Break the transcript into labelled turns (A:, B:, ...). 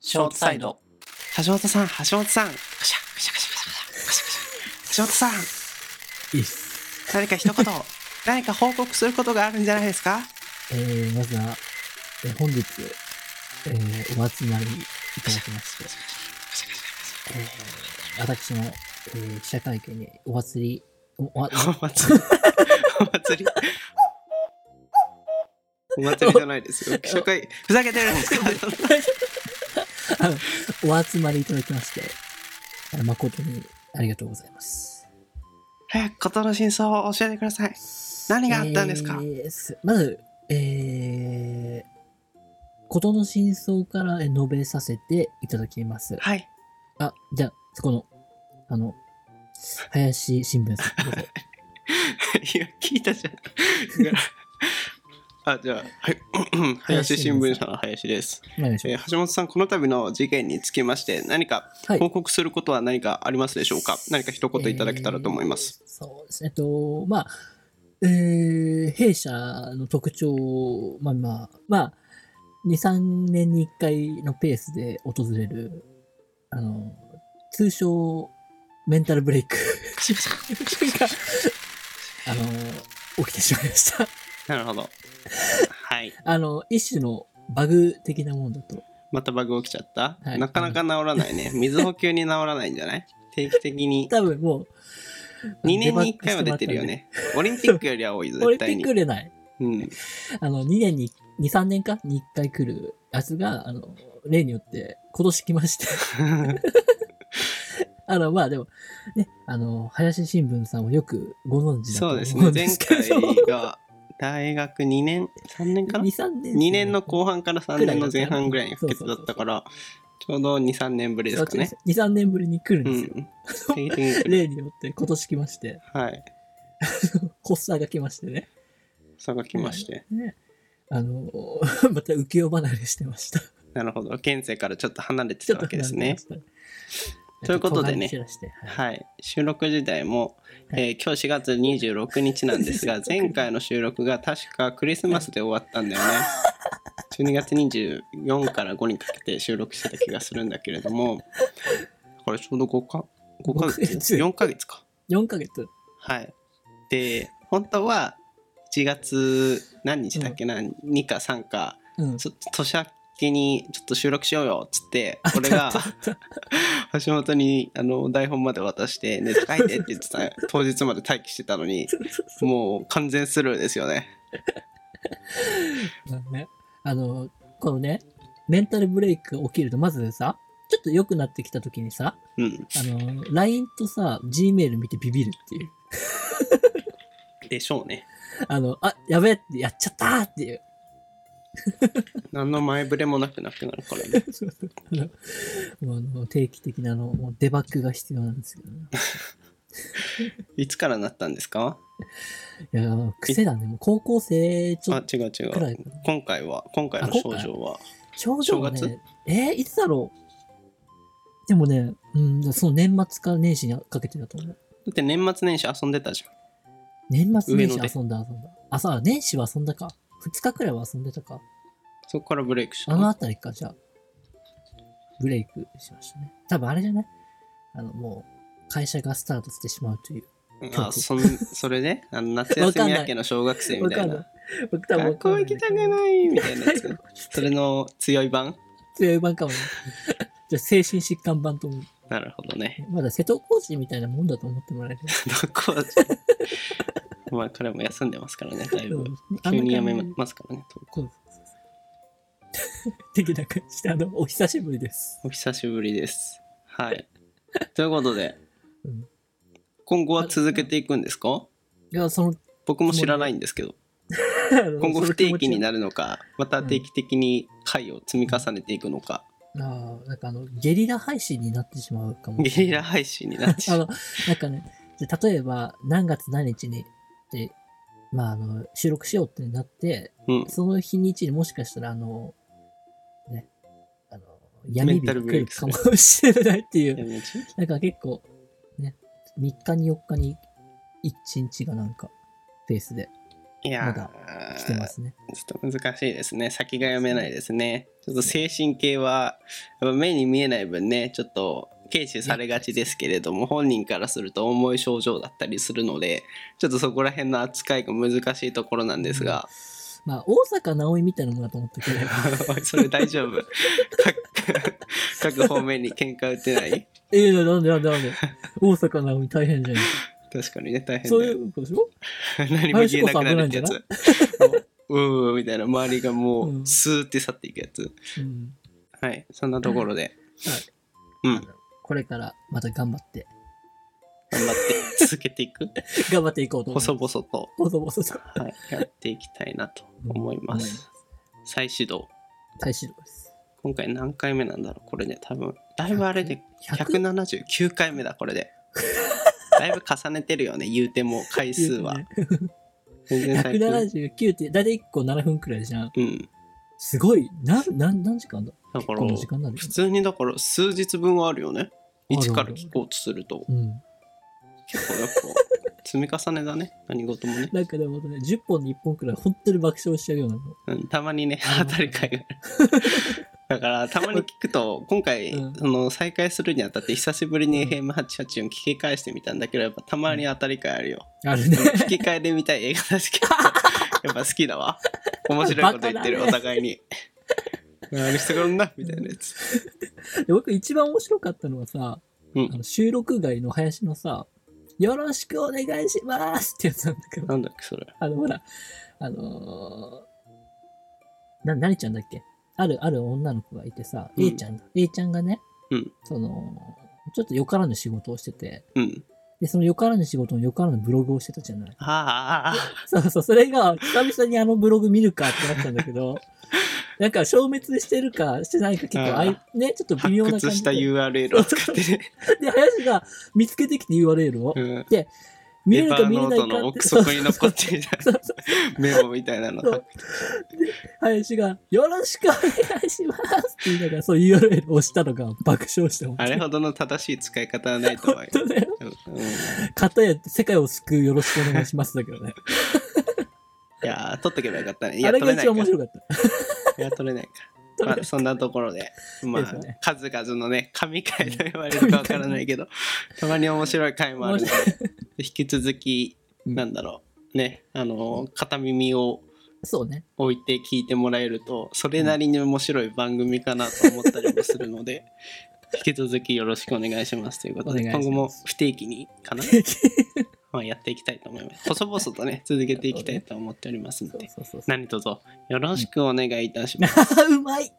A: ショートサイド。
B: 橋本さん、橋本さん。カシャカシャカシャカシャカシャカシャ。橋本さん、
C: いいっす。
B: 何か一言、何か報告することがあるんじゃないですか
C: えー、まずは、えー本日、えーお集まりいただきまして、えー私の、えー記者会見にお祭り、お、お、お
B: お祭り。お祭り。お祭りじゃないですよ。記者会、ふざけてるんですか
C: お集まりいただきまして、あの誠にありがとうございます。
B: 早く事の真相を教えてください。何があったんですか
C: えーすまず、えー、ことの真相からえー述べさせていただきます。
B: はい。
C: あ、じゃあ、そこの、あの、林新聞さん、どうぞ
B: いや、聞いたじゃん。あ、じゃあ、はい。 林新聞社の林です。
C: お願いし
B: え
C: ま
B: ー橋本さん、この度の事件につきまして、何か
C: す。はい
B: 報。告することは何かありますでしょうか何か一言いただけたらと思います。
C: えーそうですね。えっと、まあ、えー弊社の特徴を、まあまあ、まあ、2、3年に1回のペースで訪れる、あの、通称、メンタルブレイクが、あの、起きてしまいました。
B: なるほど。はい。
C: あの、一種のバグ的なもんだと。
B: またバグ起きちゃった、
C: はい
B: なかなか治らない ね。水補給に治らないんじゃない定期的に。
C: 多分もう、
B: 2年に1回は出てるよね。オリンピックよりは多い、
C: デバッグしてもらったんで。オ
B: 絶対
C: リンピ
B: に
C: ッ。クれない。
B: うん。
C: あの、2年に、2、3年かに1回来るやつが、あの、例によって、今年来まして。 あの、まあでも、ね、あの、林新聞さんもよくご存知だと
B: そうです
C: 思う
B: ね。
C: んで
B: 前
C: すけど。
B: 回が大学2年、3年かな
C: 2、3年、
B: 2年の後半から3年の前半ぐらいに不潔だったから、ちょうど2、3年ぶりですかね。
C: 2、3年ぶりに来るん
B: う
C: ですよ。
B: ん。定期的に来る。
C: 例によって、今年来まして、
B: はい。
C: 発作が来ましてね。
B: そが来まして。
C: ね。あの、 また浮世離れしてました。
B: なるほど。現世からちょっと離れて
C: ち
B: た
C: ょっと
B: わけです
C: 離れ
B: ね
C: て。ました。
B: ということでね
C: ちょっ離れ散らしてはい
B: はい。収録時代も、
C: はい
B: えー今日4月26日なんで すが、前回の収録が確かクリスマスで終わった んだよね。12月24から5にかけて収録してた気がするんだけれども、これちょうど5か、5
C: 5
B: ヶ
C: ヶ月
B: 月 ?4 ヶ月か。
C: 4ヶ月。
B: はい。で、本当は1月何日だっけな、2か3か、
C: うん。
B: ちょっと年明けにちょっと収録しようよっつって、俺
C: あ
B: が
C: ったあった
B: 橋本にあの台本まで渡して、ネタ書いてって言って た、当日まで待機してたのに、もう完全スルーですよね。
C: まあね、あの、このね、メンタルブレイクが起きると、まずさ、ちょっと良くなってきた時にさ、
B: うん。
C: あの、LINE とさ、Gmail 見てビビるっていう。
B: でしょうね。
C: あの、あ、やべえって、やっちゃったーっていう。
B: 何の前触れもなくなくなるからね。
C: あのもうあの定期的なあの、もうデバッグが必要なんですけどね。
B: いつからなったんですか
C: いやー、癖だね。もう高校生、ちょ
B: あ
C: っと、
B: 違う違
C: くら
B: う
C: いかな。
B: 今回は、今回の
C: あ今
B: 症
C: 回
B: 状は、
C: 症状が
B: 正月
C: ね、えー、いつだろう。でもね、うん、その年末から年始にかけてだと思う。
B: だって年末年始遊んでたじゃん。
C: 年末年
B: 上野で
C: 始遊んだ遊んだ。あ、さあ、年始は遊んだか。2日くらいは遊んでたか。
B: そこからブレイクした
C: あ
B: の
C: のあたりか、じゃあ。ブレイクしましたね。多分あれじゃないあの、もう、会社がスタートしてしまうという。
B: あそんそれであの夏休み明けの小学生みた
C: わ
B: い
C: かん
B: な
C: 僕多分
B: 学校行きたくないみたいなやつそれの強い版
C: 強い版かもね。じゃあ、精神疾患版と思う。
B: なるほ どね
C: まだ瀬戸康史みたいなもんだと思ってもらえる。
B: どこ まあ彼も休んでますからねだいぶ
C: うん
B: 急にやめ
C: あんな感じ
B: ますからね
C: そうそうそう 的な感じで、あの、お久しぶりです。
B: お久しぶりです はいということで
C: うん
B: 今後は続けていくんですか
C: いや、その、
B: 僕も知らないんですけど今
C: 今
B: 後不定期に
C: る。
B: なるのかまた定期的に回を積み重ねていくのか
C: ああ、なんかあの、ゲリラ配信になってしまうかも
B: ゲ
C: しれない。
B: リラ配信になって し
C: あ
B: まう
C: の、なんかね、で例えば、何月何日に、で、まあ、あの、収録しようってなって、
B: うん
C: その日にちにもしかしたら、あの、ね、あの、闇日が来るかもしれないってい
B: や
C: う、
B: めちゃう
C: なんか結構、ね、3日に4日に1日がなんか、ペースで
B: いやー
C: まだ来てますね。
B: ちょっと難しいですね。先が読めないですね。ちょっと精神系はやっぱ目に見えない分ね、ちょっと軽視されがちですけれども、本人からすると重い症状だったりするので、ちょっとそこら辺の扱いが難しいところなんですが、
C: まあ、大坂なおみみたいなものだと思ってくれれば
B: おいそれ大丈夫。各各方面に喧嘩打てない。
C: ええなんでなんでなんで。大阪なおみ大変じゃん。
B: 確かにね、大変
C: そう
B: だ
C: い
B: よ。
C: うことでしょ
B: 何も言えなくなるってやつ。
C: 林
B: も ううーみたいな、周りがも
C: うん
B: うスーって去っていくやつ。
C: うん。
B: はい、そんなところで。
C: はい。
B: うん
C: あのこれからまた頑張って、
B: 頑張って続けていく
C: 頑張っていこうと思います
B: 細々と、
C: 細々と。
B: はい、やっていきたいなと思いま
C: うん思います
B: 再始動
C: 大指導です。
B: 今回何回目なんだろうこれね多分だいぶあれで
C: 100
B: 179回目だこれでだいぶ重ねてるよね言うても回数は全然最近
C: 179って、だいたい1個7分くらいじゃん。
B: うん
C: すごい。な、な、何時間だ
B: だか
C: こ
B: ら
C: の時間なんだ
B: 普通にだから数日分はあるよね
C: ある
B: 一から聞こうとすると
C: うん。
B: 結構やっぱ積み重ねだね何事もね、
C: なんかでもね、10本に1本くらい本当に爆笑しちゃうような。
B: うん、たまにね
C: う
B: 当
C: ん
B: たり 会があるだからたまに聞くと今回、
C: うん
B: その再開するにあたって久しぶりに FM884 聞き返してみたんだけどやっぱたまに当たり会あるよ
C: あるね。
B: 聞き返で見たい映画だ しけどやっぱ好きだわ面白いこと言ってる、
C: バ
B: お
C: カだ
B: 互いに何してくるんだみたいなやつ
C: で僕一番面白かったのはさ、
B: うん
C: あの収録外の林のさ、よろしくお願いしますってやつなんだけど、
B: なんだっけそれ
C: あのほら、あのー、な、何ちゃんだっけある、ある女の子がいてさ、
B: うん
C: A ちゃんだ。A ちゃんがね、
B: うん
C: その、ちょっとよからぬ仕事をしてて、
B: うん
C: で、そのよからぬ仕事のよからぬブログをしてたじゃ ない。
B: ああ
C: そうそう、それが、久々にあのブログ見るかってなったんだけ ど、なんか消滅してるかしてないか結構あい、ね、ちょっと微
B: 発
C: 妙な感
B: 掘
C: じで
B: した。URL を使ってね、
C: で、林が見つけてきて URL を、
B: うん、
C: 見れ
B: エ
C: る
B: ヴ
C: か
B: ァ
C: 見れ
B: ノ
C: な
B: ー
C: い
B: ト
C: か
B: の
C: って。
B: 奥
C: そうそ
B: 底
C: う
B: に残っていた
C: そうそう
B: メモみたいなの
C: そう林が、よろしくお願いしますって言いながら、そう URL を押したのが爆笑して
B: あれほどの正しい使い方はないと思うよ
C: 本当だよ。
B: うんい
C: 片や世界を救うよろしくお願いしますだけどね。
B: やー取っとけばよかったね。い
C: あ
B: や
C: れ
B: 取
C: が一
B: れないか
C: 番面白かった。
B: いや取れないか。
C: 取れ
B: ま
C: ない
B: あそんなところで、ま
C: です
B: あ
C: ね
B: 数々のね神回と言われるかわからないけど、たまに面白い回もあるので引き続き
C: うん
B: なんだろうねあのー片耳を
C: そうね。
B: 置いて聞いてもらえるとそれなりに面白い番組かなと思ったりもする ので。引き続きよろしくお願いしますということで
C: お願いしま
B: 今
C: す
B: 後も不定期に かな
C: そう
B: まあ、やっていきたいと思います。細々とね、続けていきたいと思っておりますので、
C: そうそうそう。
B: 何卒よろしくお願いいたします。
C: うまい